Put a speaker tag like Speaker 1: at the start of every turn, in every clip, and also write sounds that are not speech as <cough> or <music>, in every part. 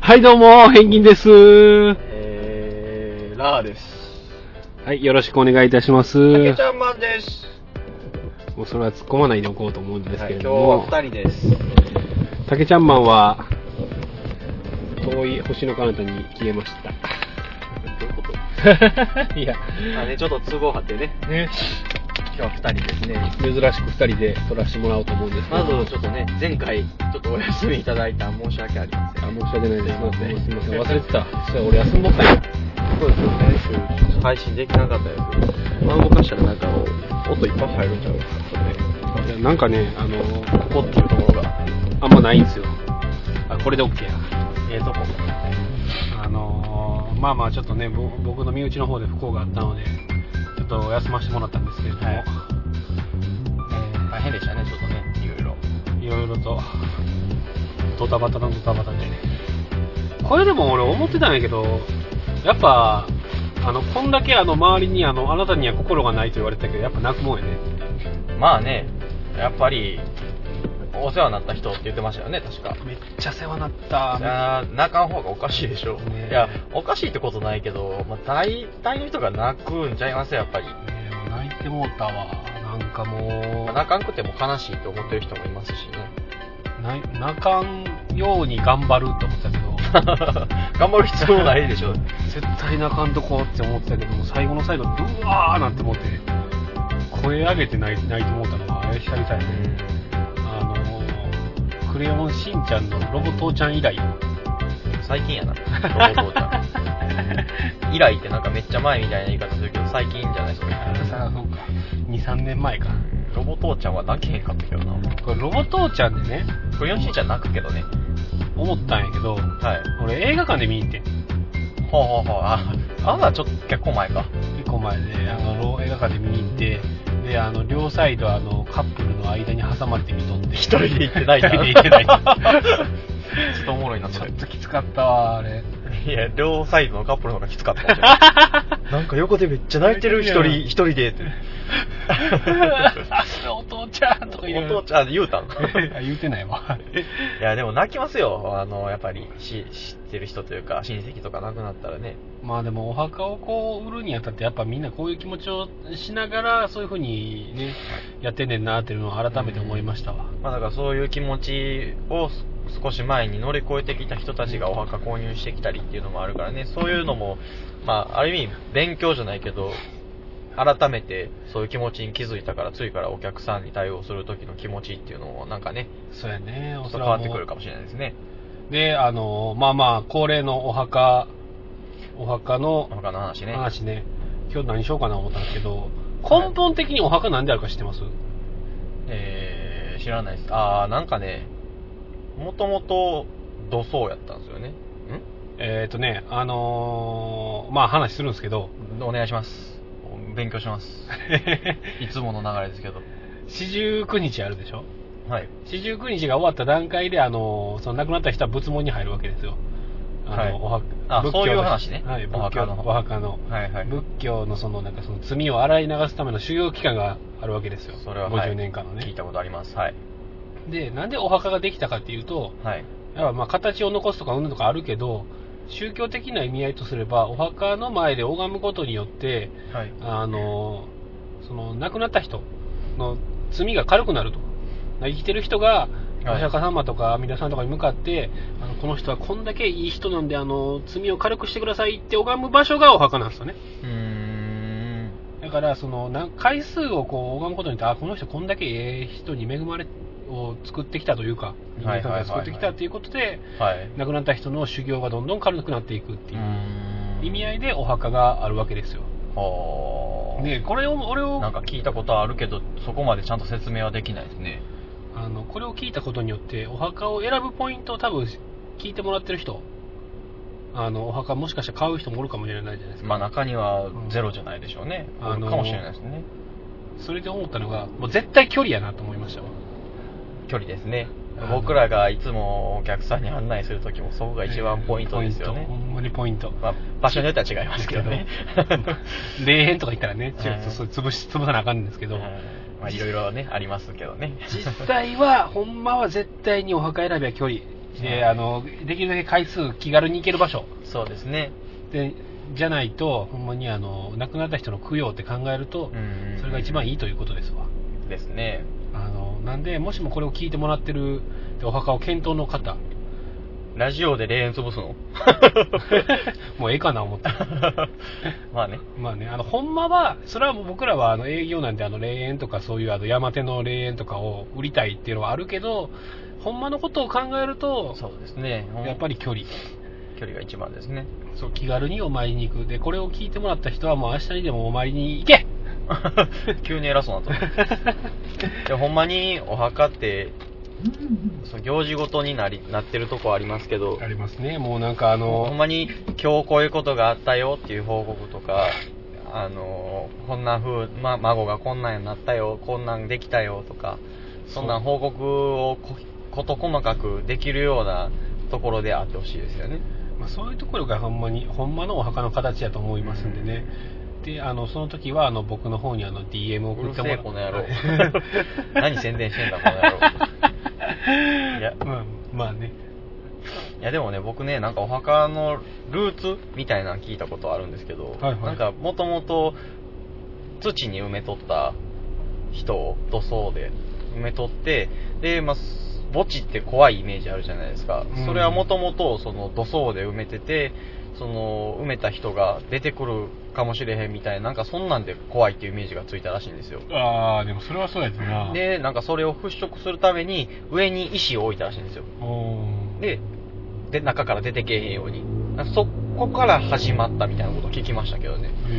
Speaker 1: はい、どうも、ペンギンです。は
Speaker 2: えー、ラーです。
Speaker 1: い、よろしくお願いいたします。
Speaker 2: たけちゃんマンです。
Speaker 1: もうそれは突っ込まないでおこうと思うんです
Speaker 2: は
Speaker 1: け
Speaker 2: い、
Speaker 1: れ
Speaker 2: 今日
Speaker 1: ども、
Speaker 2: は二人です。
Speaker 1: たけちゃんマンは、遠い星の彼方に消えました。
Speaker 2: どういうこと
Speaker 1: <laughs> いや、
Speaker 2: あね、ちょっと都合張ってね、
Speaker 1: ね、
Speaker 2: 今日は二人ですね。
Speaker 1: 珍しく二人で撮らせてもらおうと思うんですけ
Speaker 2: ま
Speaker 1: ど、
Speaker 2: ずちょっとね、前回、ちょっとお休みいただいた申し訳ありませ
Speaker 1: あ
Speaker 2: ん。
Speaker 1: 申し訳ないです。
Speaker 2: すいません
Speaker 1: すいません、忘れてた。それ俺休んどったよ。
Speaker 2: そうですよね、ちょっと配信できなかったやつ。まあ動かしたらなんか、音いっぱい入るんちゃう
Speaker 1: いや、なんかね、あの、
Speaker 2: ここっていうところが。
Speaker 1: あんまないんですよ。あ、これで OK や。
Speaker 2: ええとこ。
Speaker 1: あのーまあまあちょっとねぼ僕の身内の方で不幸があったのでちょっと休ませてもらったんですけれども、
Speaker 2: はい
Speaker 1: い
Speaker 2: 大変でしたね、ちょっとね、いろいろ。
Speaker 1: ろいろとドタバタのドタバタでこれでも俺思ってたんやけどやっぱあのこんだけあの周りにあのあなたには心がないと言われてたけどやっぱ泣くもんやね
Speaker 2: まあね、やっぱり、お世話になった人って言ってましたよね、確か。
Speaker 1: めっちゃ世話になった
Speaker 2: いやー泣かん方がおかしいでしょ、
Speaker 1: ねえ
Speaker 2: いやおかしいってことないけど、まあ、大体の人が泣くんちゃいますやっぱり、
Speaker 1: ねえ泣いてもうたわなんかも
Speaker 2: まあ
Speaker 1: う
Speaker 2: 泣かんくても悲しいと思ってる人もいますしね <laughs>
Speaker 1: な泣かんように頑張ると思ってたけど
Speaker 2: 頑張る必要もない <laughs> でしょ
Speaker 1: 絶対泣かんとこって思ってたけども最後の最後ブワーなんて思って声上げて泣い泣いて思ったのはあれ久々やねあのークレヨンしんちゃんのロボ父ちゃん以来
Speaker 2: 最近や <laughs> なロボ父ちゃん以来ってなんかめっちゃ前みたいな言い方するけど最近じゃないですか
Speaker 1: あそうか23年前か
Speaker 2: <laughs> ロボ父ちゃんは泣けへんかったけどな
Speaker 1: これロボ父ちゃんでね
Speaker 2: クレヨンしんちゃん泣くけどね
Speaker 1: 思ったんやけど
Speaker 2: はい
Speaker 1: 俺映画館で見に行ってん
Speaker 2: ほうほうほうああなたちょっと結構前か
Speaker 1: 結構前であのロ映画館で見に行ってであの両サイドあのカップルの間に挟まれて見とって
Speaker 2: 一人で行ってない
Speaker 1: 一
Speaker 2: な
Speaker 1: 人で行ってない
Speaker 2: ちょっとおもろいな
Speaker 1: ち
Speaker 2: そ
Speaker 1: ょ
Speaker 2: れ
Speaker 1: っときつかったわあ
Speaker 2: <laughs>
Speaker 1: れ <laughs>
Speaker 2: いや、両サイドのカップルの方がきつかったんじゃん。 <laughs> なんか横でめっちゃ泣いてる、一人、一人でって。
Speaker 1: さすがお父ちゃんとか言う
Speaker 2: お父ちゃん、言うたんい
Speaker 1: <laughs> あ言うてないわ。
Speaker 2: や、でも泣きますよ。あの、やっぱり、し知ってる人というか、親戚とか亡くなったらね。
Speaker 1: まあでもお墓をこう売るにあたってやっぱみんなこういう気持ちをしながらそういうふうにね、やってんねんなっていうのを改めて思いましたわ。
Speaker 2: まあだからそういう気持ちをす少し前に乗り越えてきた人たちがお墓購入してきたりっていうのもあるからね、そういうのも、まあ、ある意味、勉強じゃないけど、改めてそういう気持ちに気づいたから、次からお客さんに対応する時の気持ちっていうのをなんかね、
Speaker 1: そうやね、お
Speaker 2: ちょっと
Speaker 1: そ
Speaker 2: 変
Speaker 1: ら
Speaker 2: わ
Speaker 1: く。
Speaker 2: ってくるかもしれないですね。
Speaker 1: で、あの、まあまあ、恒例のお墓、お墓の
Speaker 2: 他の話ね。
Speaker 1: 話ね、今日何しようかな思ったんですけど、根本的にお墓何であるか知ってます
Speaker 2: えー、知らないです。あー、なんかね、もともと土葬やったんですよね。
Speaker 1: えっ、とね、あのーまあ話するんですけど、
Speaker 2: んお願いします。勉強します。 <laughs> いつもの流れですけど。
Speaker 1: 四十九日あるでしょ
Speaker 2: はい。
Speaker 1: 四十九日が終わった段階で、あのその亡くなった人は仏門に入るわけですよ。あの
Speaker 2: はい
Speaker 1: おは
Speaker 2: あ
Speaker 1: 仏教
Speaker 2: そういう話ね
Speaker 1: はい、
Speaker 2: お
Speaker 1: 仏教
Speaker 2: 墓の
Speaker 1: の。お墓の。
Speaker 2: はいはい。
Speaker 1: 仏教のそのなんかその罪を洗い流すための修行期間があるわけですよ。
Speaker 2: それは、はい
Speaker 1: 50年間の
Speaker 2: 聞い
Speaker 1: ね。
Speaker 2: たことあります。はい。
Speaker 1: で、なんでお墓ができたかっていうと、
Speaker 2: はい。
Speaker 1: やっぱまあ形を残すとかうんぬんとかあるけど、宗教的な意味合いとすれば、お墓の前で拝むことによって、
Speaker 2: はい。
Speaker 1: あのその亡くなった人の罪が軽くなると、生きてる人がお
Speaker 2: はい
Speaker 1: 釈迦様とか阿弥陀さんとかに向かって、あのこの人はこんだけいい人なんであの、罪を軽くしてくださいって拝む場所がお墓なんですよね。
Speaker 2: うーん。
Speaker 1: だからそのな回数をこう拝むことによって、あこの人、こんだけええ人に恵まれを作ってきたというか、人
Speaker 2: は
Speaker 1: 間
Speaker 2: い
Speaker 1: 関
Speaker 2: はいはいはい
Speaker 1: 係を作ってきたということで、
Speaker 2: はい。
Speaker 1: 亡くなった人の修行がどんどん軽くなっていくっていう意味合
Speaker 2: い
Speaker 1: いでお墓があるわけですよ。
Speaker 2: はー。
Speaker 1: ね、これを俺を
Speaker 2: なんか聞いたことはあるけど、そこまでちゃんと説明はできないですね。
Speaker 1: あのこれを聞いたことによってお墓を選ぶポイントを多分聞いてもらってる人あのお墓もしかしたら買う人もおるかもしれないじゃないですか、
Speaker 2: まあ中にはゼロじゃないでしょうね。
Speaker 1: うんあのー
Speaker 2: かもしれないですね。
Speaker 1: それで思ったのがもう絶対距離やなと思いましたわ
Speaker 2: 距離ですね
Speaker 1: あの
Speaker 2: 僕らがいつもお客さんに案内するときもそこが一番ポイントですよ
Speaker 1: ポイント
Speaker 2: ね、
Speaker 1: ほんまにポイント
Speaker 2: まあ、場所によっては違いますけど
Speaker 1: <laughs>
Speaker 2: ね
Speaker 1: 霊園とか行ったらねちょっ
Speaker 2: は
Speaker 1: と
Speaker 2: い
Speaker 1: それ潰し潰さなあかんんですけ
Speaker 2: <laughs>
Speaker 1: ど
Speaker 2: まあいろいろねありますけどね
Speaker 1: 実際はほんまは絶対にお墓選びは距離で、あの、できるだけ回数気軽に行ける場所。
Speaker 2: そうですね。
Speaker 1: で、じゃないと、ほんまにあの、亡くなった人の供養って考えると、
Speaker 2: ん
Speaker 1: それが一番いいということですわ。
Speaker 2: ですね。
Speaker 1: あの、なんで、もしもこれを聞いてもらってるお墓を検討の方、
Speaker 2: ラジオで霊園潰すの
Speaker 1: もうええかな思って。 <laughs>
Speaker 2: まあね。
Speaker 1: まあね、あの、ほんまは、それはもう僕らはあの営業なんで、あの、霊園とかそういうあの、山手の霊園とかを売りたいっていうのはあるけど、ほんまのことを考えると、
Speaker 2: そうですね。
Speaker 1: やっぱり距離。
Speaker 2: 距離が一番ですね。
Speaker 1: そう、気軽にお参りに行く。で、これを聞いてもらった人はもう明日にでもお参りに行け
Speaker 2: 急に偉そうな <laughs> と。でほんまにお墓って、そう行事ごとになりなってるとこありますけど、
Speaker 1: ありますね。もうなんかあ
Speaker 2: ほん
Speaker 1: の、
Speaker 2: まに今日こういうことがあったよっていう報告とか、あの、こんな風、ま、孫がこんなんになったよ、こんなんできたよとか、そんな報告をここと細かくできるようなところであってほしいですよね。
Speaker 1: まあ、そういうところがほんまに、ほんまのお墓の形やと思いますんでね。で、あの、その時は、あの、僕の方にあの、DM を
Speaker 2: う
Speaker 1: 送
Speaker 2: る
Speaker 1: って
Speaker 2: せ
Speaker 1: もら
Speaker 2: え、この野郎。 <laughs> 何宣伝してんだ、この野郎。いや、
Speaker 1: うん、まあね。
Speaker 2: いやでもね、僕ね、なんかお墓のルーツみたいなの聞いたことあるんですけど、
Speaker 1: はいはい
Speaker 2: なんかもともと土に埋めとった人を土葬で埋めとって、で、まあ、墓地って怖いイメージあるじゃないですか
Speaker 1: うん。
Speaker 2: それはもともとその土葬で埋めてて、その埋めた人が出てくるかもしれへんみたいな、なんかそんなんで怖いっていうイメージがついたらしいんですよ。
Speaker 1: ああ、でもそれはそうやつな。
Speaker 2: で、なんかそれを払拭するために上に石を置いたらしいんですよ。
Speaker 1: おー、
Speaker 2: で、で、中から出てけえへんように。そこから始まったみたいなことを聞きましたけどね。
Speaker 1: へ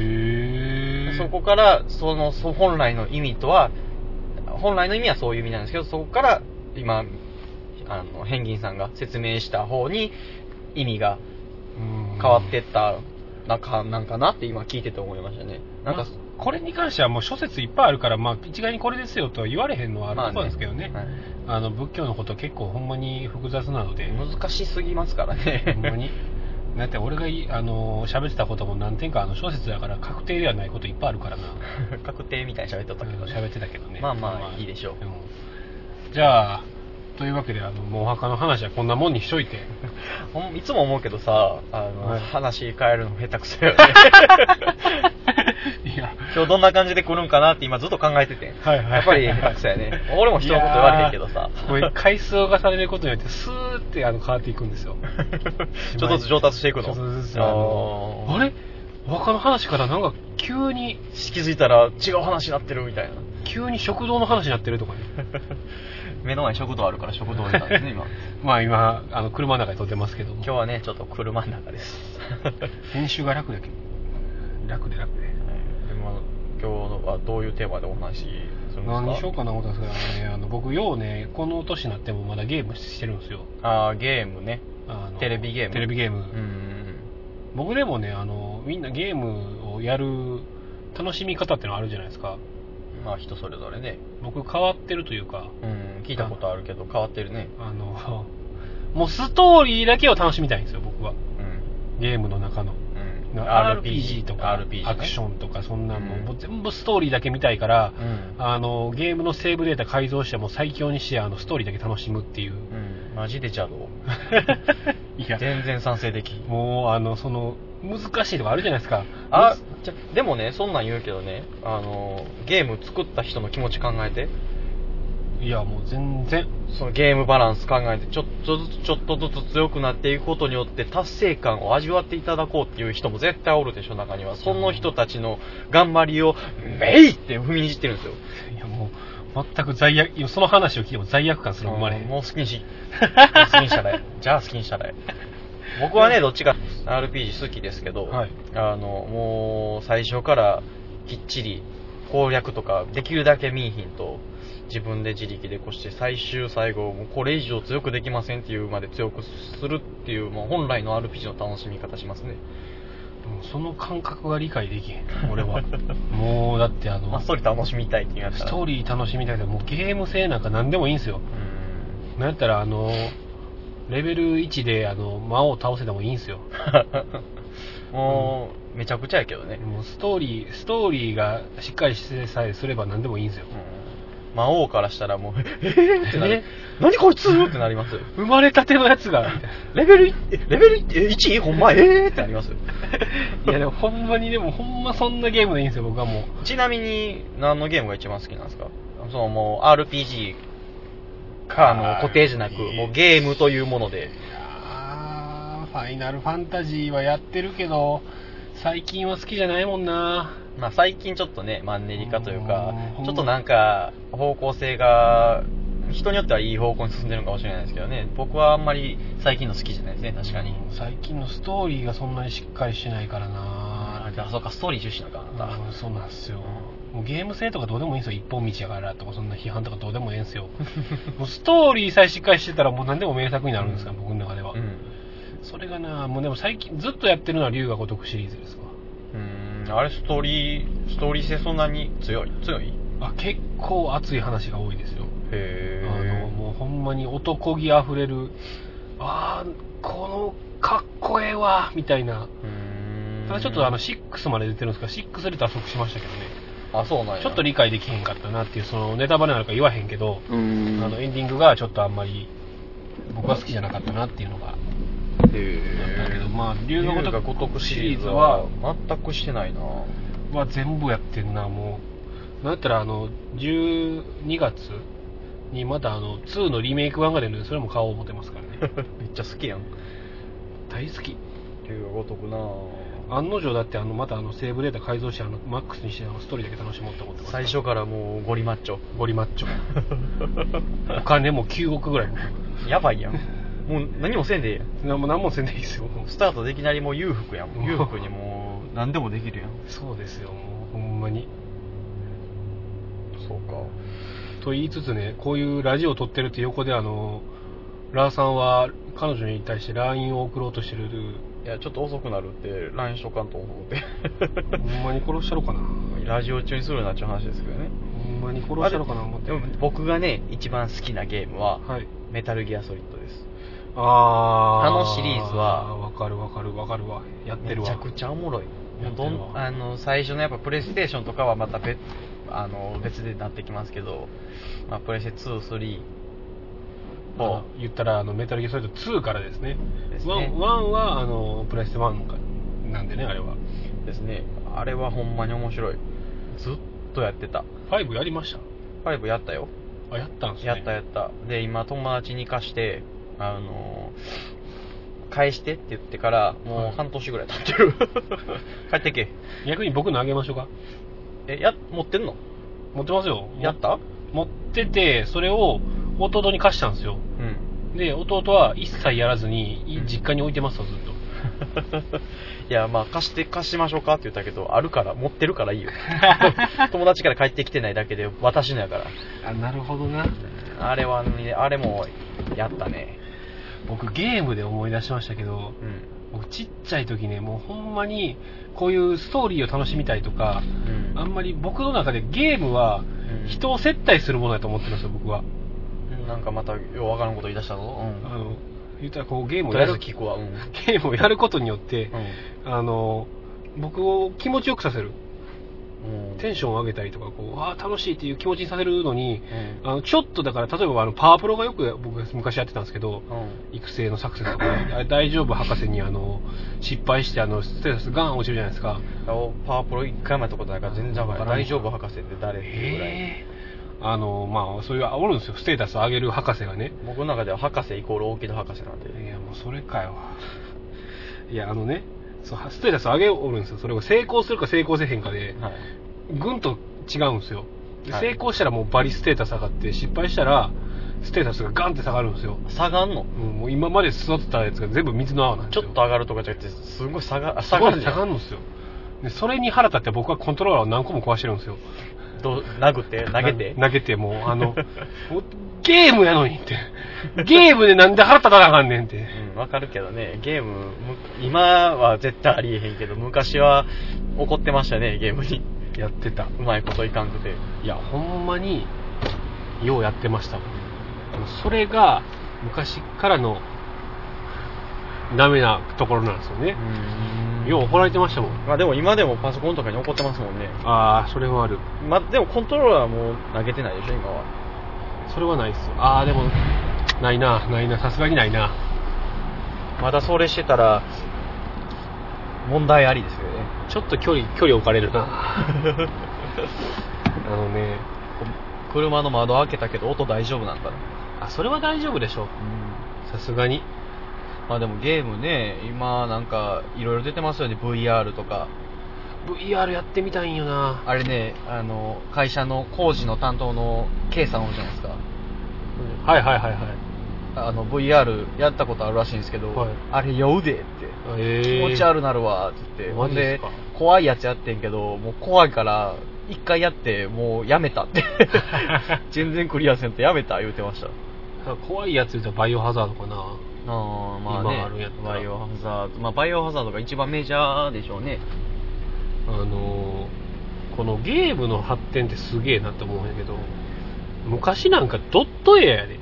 Speaker 1: ー
Speaker 2: そこから、その、そ本来の意味とは、本来の意味はそういう意味なんですけど、そこから、今、あの、ペンギンさんが説明した方に意味が
Speaker 1: うん
Speaker 2: 変わってった、なんか、なんかなって今聞いてて思いましたね。なん
Speaker 1: ま
Speaker 2: か
Speaker 1: あ、これに関してはもう諸説いっぱいあるから、まあ、一概にこれですよとは言われへんのはあると思うんですけどね。
Speaker 2: はい
Speaker 1: あの、仏教のこと結構ほんまに複雑なので、
Speaker 2: 難しすぎますから
Speaker 1: ほんま
Speaker 2: ね。
Speaker 1: に。 <laughs> だって俺がいあの喋ってたことも何点かあの小説だから確定ではないこといっぱいあるからな。
Speaker 2: <laughs> 確定みたいに喋っとったけどね。
Speaker 1: 喋ってたけどね。
Speaker 2: まあまあ、いいでしょう。
Speaker 1: うんじゃあ、というわけで、あの、もうお墓の話はこんなもんにしとい
Speaker 2: <laughs>
Speaker 1: て。
Speaker 2: ほんいつも思うけどさ、あの、
Speaker 1: はい
Speaker 2: 話変えるの下手くそよ <laughs> ね。
Speaker 1: いや、
Speaker 2: 今日どんな感じで来るんかなって今ずっと考えてて。
Speaker 1: はいはい。
Speaker 2: やっぱり下手くそやね。 <laughs> 俺も人のこと言われへんけどさ。
Speaker 1: <laughs> これ回数を重ねることによって、スーってあの変わっていくんですよ。
Speaker 2: ちょっとずつ上達してい
Speaker 1: ちょ
Speaker 2: く
Speaker 1: っ
Speaker 2: の。
Speaker 1: とずつあの
Speaker 2: あー
Speaker 1: あれお墓の話からなんか急に、
Speaker 2: 気づいたら違う話になってるみたいな。
Speaker 1: 急に食堂の話になってるとかね。 <laughs>
Speaker 2: 目の前に食堂あるから食堂にたんですね、今。
Speaker 1: まあ今、あの、車の中で撮ってますけども
Speaker 2: <laughs> 今日。はね、ちょっと車の中です。
Speaker 1: 編集が楽だけど。楽で楽で。
Speaker 2: 今今日はどういうテーマでお話しするんですか
Speaker 1: 何しようかな思ったんですけどね、あの僕、ようね、この年になってもまだゲームしてるんですよ。
Speaker 2: あーゲームね。
Speaker 1: あの
Speaker 2: テレビゲーム
Speaker 1: テレビゲーム。
Speaker 2: うん。
Speaker 1: 僕でもね、あの、みんなゲームをやる楽しみ方ってのあるじゃないですか。
Speaker 2: まあ人それぞれね。
Speaker 1: 僕変わってるというか、
Speaker 2: うん、聞いたことあるけど変わってるね。
Speaker 1: あの、 <laughs> もうストーリーだけを楽しみたいんですよ、僕は。
Speaker 2: うん。
Speaker 1: ゲームの中の。
Speaker 2: うん、
Speaker 1: RPG とか、
Speaker 2: RPG ね
Speaker 1: アクションとか、そんなも
Speaker 2: うん
Speaker 1: もう全部ストーリーだけ見たいから、
Speaker 2: うん、
Speaker 1: あの、ゲームのセーブデータ改造してもう最強にして、あの、ストーリーだけ楽しむっていう。
Speaker 2: うん、マジで邪道
Speaker 1: いや、
Speaker 2: 全然賛成できん
Speaker 1: もう、あの、その、難しいとこあるじゃないですか。
Speaker 2: あじゃでもねそんなん言うけどねあのゲーム作った人の気持ち考えて
Speaker 1: いや、もう全然。
Speaker 2: そのゲームバランス考えてちょっとずつちょっとずつ強くなっていくことによって達成感を味わっていただこうっていう人も絶対おるでしょ中にはその人たちの頑張りをメイって踏みにじってるんですよ
Speaker 1: いや、もう、全く罪悪、いやその話を聞いても罪悪感すら生まれへ。
Speaker 2: うんんもう好き
Speaker 1: <laughs>
Speaker 2: にし。もう好きにしたらええじゃあ好きにしたらええ僕はね、どっちか RPG 好きですけど、
Speaker 1: はい
Speaker 2: あの、もう最初からきっちり攻略とかできるだけ見いひんと、自分で自力でこして最終最後、もうこれ以上強くできませんっていうまで強くするっていう、もう本来の RPG の楽しみ方しますね。
Speaker 1: もうその感覚が理解できへん、俺
Speaker 2: <laughs>
Speaker 1: は。もう、だってあの、
Speaker 2: まっそり楽しみたいっていうやつ
Speaker 1: ストーリー楽しみたいけど、もうゲーム性なんか何でもいいんですよ。
Speaker 2: うん。
Speaker 1: なんやったら、あの、レベル1で、あの、魔王を倒せてもいいんですよ。
Speaker 2: もう、めちゃくちゃやけどね。
Speaker 1: もうストーリー、ストーリーがしっかりしてさえすれば何でもいいんですよ。
Speaker 2: 魔王からしたらもう、えーってなる。何こいつってなりますよ。
Speaker 1: 生まれたてのやつが、みたい
Speaker 2: レベルい、えレベルいえ 1? ほんまえーってなりますよ。
Speaker 1: な。いや、でもほんまに、でもほんまそんなゲームでいいんですよ、僕はもう。
Speaker 2: ちなみに、何のゲームが一番好きなんですかそのもう RPG か、あの、固定じゃなく、もうゲームというもので。
Speaker 1: いやーファイナルファンタジーはやってるけど、最近は好きじゃないもんな。
Speaker 2: まあ最近ちょっとね、マンネリ化というか
Speaker 1: う、ん
Speaker 2: ちょっとなんか、方向性が、人によってはいい方向に進んでるのかもしれないですけどね、僕はあんまり最近の好きじゃないですね、確かに。
Speaker 1: 最近のストーリーがそんなにしっかりしてないからな
Speaker 2: あ、あそうか、ストーリー重視なのか、あな
Speaker 1: うん、そうなんですよ。もうゲーム性とかどうでもいいんですよ。一本道やからとか、そんな批判とかどうでもいいんです
Speaker 2: <laughs>
Speaker 1: よ。もうストーリーさえしっかりしてたらもう何でも名作になるんですから、僕の中では。
Speaker 2: た。うん。
Speaker 1: それがな、もうでも最近ずっとやってるのは龍が如くシリーズですわ。
Speaker 2: うん、あれストーリー、ストーリー性そんなに強い強い
Speaker 1: あ結構熱い話が多いですよ。あの、
Speaker 2: へ
Speaker 1: もうほんまに男気あふれる、あー、この、かっこええわ、みたいな。
Speaker 2: え。うん
Speaker 1: ただちょっとあの、、6まで出てるんですけど、6で脱足しましたけどね。
Speaker 2: あ、そうなんや。
Speaker 1: ちょっと理解できへんかったなっていう、そのネタバレなのか言わへんけど、
Speaker 2: う
Speaker 1: あ
Speaker 2: ん。
Speaker 1: のエンディングがちょっとあんまり僕は好きじゃなかったなっていうのがあった
Speaker 2: だ
Speaker 1: け
Speaker 2: け
Speaker 1: ど、
Speaker 2: ど、ま
Speaker 1: まあ、
Speaker 2: あ、
Speaker 1: 龍
Speaker 2: 龍
Speaker 1: が
Speaker 2: が
Speaker 1: 如
Speaker 2: 如
Speaker 1: く
Speaker 2: く
Speaker 1: シ
Speaker 2: シ
Speaker 1: リ
Speaker 2: リ
Speaker 1: ー
Speaker 2: ー
Speaker 1: ズ
Speaker 2: ズ
Speaker 1: は
Speaker 2: は、全くしてないな
Speaker 1: は全部やってんな、もう。なんやったら、あの、12月にまたあの、2のリメイク版が出るんで、それも買おう思ってます
Speaker 2: <laughs>
Speaker 1: からね。
Speaker 2: めっちゃ好きやん。
Speaker 1: 大好き。
Speaker 2: 龍が如くな
Speaker 1: 案の定だって、あの、またあの、セーブデータ改造して、あの、マックスにして、あの、ストーリーだけ楽しもうと思ってます。
Speaker 2: 最初からもうゴリマッチョ。
Speaker 1: ゴリマッチョ。お金も9億ぐらい。
Speaker 2: <laughs> やばいやん。もう何もせんでええやん。
Speaker 1: なんも、なんもせんでいいですよ。
Speaker 2: スタートできなりもう裕福や <laughs> ん。もう裕福にもう、何でもできるやん。
Speaker 1: そうですよ、もう、ほんまに。
Speaker 2: そうか。
Speaker 1: と言いつつね、こういうラジオを撮ってるって横で、あの、ラーさんは彼女に対して LINE を送ろうとしてる、
Speaker 2: いや、ちょっと遅くなるって、LINE しとかんと思って。 <laughs>
Speaker 1: ほんまに殺したろかな。ほ
Speaker 2: ラジオ中にするなっちゅう話ですけどね。
Speaker 1: んまに殺したろかな思って
Speaker 2: で。も僕がね、一番好きなゲームは、
Speaker 1: はい。
Speaker 2: メタルギアソリッドです。
Speaker 1: ああ
Speaker 2: あのシリーズは
Speaker 1: わかるわかるわかるわ。やって
Speaker 2: め
Speaker 1: るわ。
Speaker 2: ちゃくちゃおもろい。
Speaker 1: やって
Speaker 2: ど
Speaker 1: るわ
Speaker 2: んあの最初のやっぱプレイステーションとかはまた別あの別でなってきますけど、まあ、プレステ2、3、
Speaker 1: あの言ったら、あの、メタルギアソリッド2からですね。
Speaker 2: です
Speaker 1: ワン
Speaker 2: ね
Speaker 1: 1は、あの、プレステ1かなんでね、あれは。
Speaker 2: ですね、あれはほんまに面白い。ずっとやってた。
Speaker 1: 5やりました
Speaker 2: 5やったよ。
Speaker 1: あ、やったんすね。
Speaker 2: やったやった。で、今友達に貸して、あのー返してって言ってから、もう半年ぐらい経っ
Speaker 1: <laughs>
Speaker 2: てる。帰ってけ。
Speaker 1: 逆に僕のあげましょうか。
Speaker 2: え、や、持ってんの
Speaker 1: 持ってますよ。
Speaker 2: やった
Speaker 1: 持ってて、それを弟に貸したんですよ。
Speaker 2: うん。
Speaker 1: で、弟は一切やらずに
Speaker 2: う、ん
Speaker 1: 実家に置いてますと、ずっと。
Speaker 2: いや、まあ、貸して、貸しましょうかって言ったけど、あるから、持ってるか
Speaker 1: <laughs>
Speaker 2: らいいよ。友達から帰ってきてないだけで、私のやから。
Speaker 1: あ、なるほどな。
Speaker 2: あれはね、あれも、やったね。
Speaker 1: 僕、ゲームで思い出しましたけど、
Speaker 2: うん。
Speaker 1: 僕、ちっちゃい時ね、もうほんまに、こういうストーリーを楽しみたいとか、
Speaker 2: うん。
Speaker 1: あんまり僕の中でゲームは、人を接待するものだと思ってるんですよ、僕は。
Speaker 2: うん、なんかまた、ようわからんこと言い出したぞ。
Speaker 1: あの、言ったらこう、ゲー
Speaker 2: うん。
Speaker 1: ム
Speaker 2: と
Speaker 1: を
Speaker 2: りあ
Speaker 1: や
Speaker 2: えず
Speaker 1: る、
Speaker 2: 聞くわ。うん。うん。
Speaker 1: ゲームをやることによって、あの、僕を気持ちよくさせる。
Speaker 2: うん
Speaker 1: テンションを上げたりとか、こう、わあ、楽しいっていう気持ちにさせるのに、
Speaker 2: うん。
Speaker 1: あの、ちょっとだから、例えばあの、パワープロがよく僕が昔やってたんですけど、
Speaker 2: うん。
Speaker 1: 育成の作戦とか、あれ大丈夫博士にあの、失敗してあの、ステータスガン落ちるじゃないですか。
Speaker 2: あのパワープロ一回もやったことないから全然わからん。
Speaker 1: わからん
Speaker 2: 大丈夫博士って誰っていうぐらい。
Speaker 1: あの、まあ、そういう、あおるんですよ、ステータスを上げる博士がね。
Speaker 2: 僕の中では博士イコール大木戸博士なんで。
Speaker 1: いや、もうそれかよ。いや、あのね、そうステータスを上げおるんですよ。それを成功するか成功せへんかで、
Speaker 2: はい。
Speaker 1: ぐんと違うんですよ。で
Speaker 2: はい
Speaker 1: 成功したらもうバリステータス上がって、失敗したら、ステータスがガンって下がるんですよ。
Speaker 2: 下がんの
Speaker 1: うんもう今まで育てたやつが全部水の泡なんです
Speaker 2: ちょ
Speaker 1: よ。
Speaker 2: っと上がるとかじゃなくて、すごい下が、あ
Speaker 1: 下
Speaker 2: 下
Speaker 1: が
Speaker 2: が
Speaker 1: る
Speaker 2: る
Speaker 1: 下
Speaker 2: じゃ
Speaker 1: が
Speaker 2: ん。
Speaker 1: るんですよでそれに腹立って僕はコントローラーを何個も壊してるんですよ
Speaker 2: どう殴って、投げて。
Speaker 1: な投げてもうあ
Speaker 2: <laughs>
Speaker 1: のもうゲームやのにってゲームでなんで腹立たなあかんねんって
Speaker 2: うん、わかるけどね、ゲーム、む今は絶対ありえへんけど、昔は怒ってましたね、ゲームに。
Speaker 1: やってた
Speaker 2: うまいこといかんくて。
Speaker 1: いやほんまにようやってましたもんそれが昔からのダメなところなんですよね。よう怒られてましたもん。
Speaker 2: まあでも今でもパソコンとかに怒ってますもんね。
Speaker 1: ああ、それはある。
Speaker 2: まあでもコントローラーはもう投げてないでしょ、今は。
Speaker 1: それはないっすよ。ああ、でも、ないな、ないな、さすがにないな。
Speaker 2: まだそれしてたら、問題ありですよね。
Speaker 1: ちょっと距離、距離置かれ <laughs> るな。あのね、
Speaker 2: 車の窓開けたけど音大丈夫なんだろう。
Speaker 1: あ、それは大丈夫でしょう。さすがに。
Speaker 2: まあでもゲームね、今なんかいろいろ出てますよね、VR とか。
Speaker 1: VR やってみたいんよな。
Speaker 2: あれね、あの、会社の工事の担当の K さんおるじゃないですか。
Speaker 1: はいはいはいはい。
Speaker 2: あの、VR やったことあるらしいんですけど、
Speaker 1: はい
Speaker 2: あれ酔うでって。
Speaker 1: え
Speaker 2: 気持ち悪なるわって言って、ほ
Speaker 1: マ
Speaker 2: ん
Speaker 1: ジですか、
Speaker 2: で怖いやつやってんけど、もう怖いから、一回やって、もうやめたって。 <laughs> 全然クリアせんとやめた言うてました。
Speaker 1: <laughs> 怖いやつ言うたらバイオハザードかな。
Speaker 2: あーまあ
Speaker 1: 今あるや
Speaker 2: ね
Speaker 1: つ、だ
Speaker 2: バイオハザード、まあ、バイオハザードが一番メジャーでしょうね。
Speaker 1: あのーこのゲームの発展ってすげえなって思うんやけど、昔なんかドット絵やで。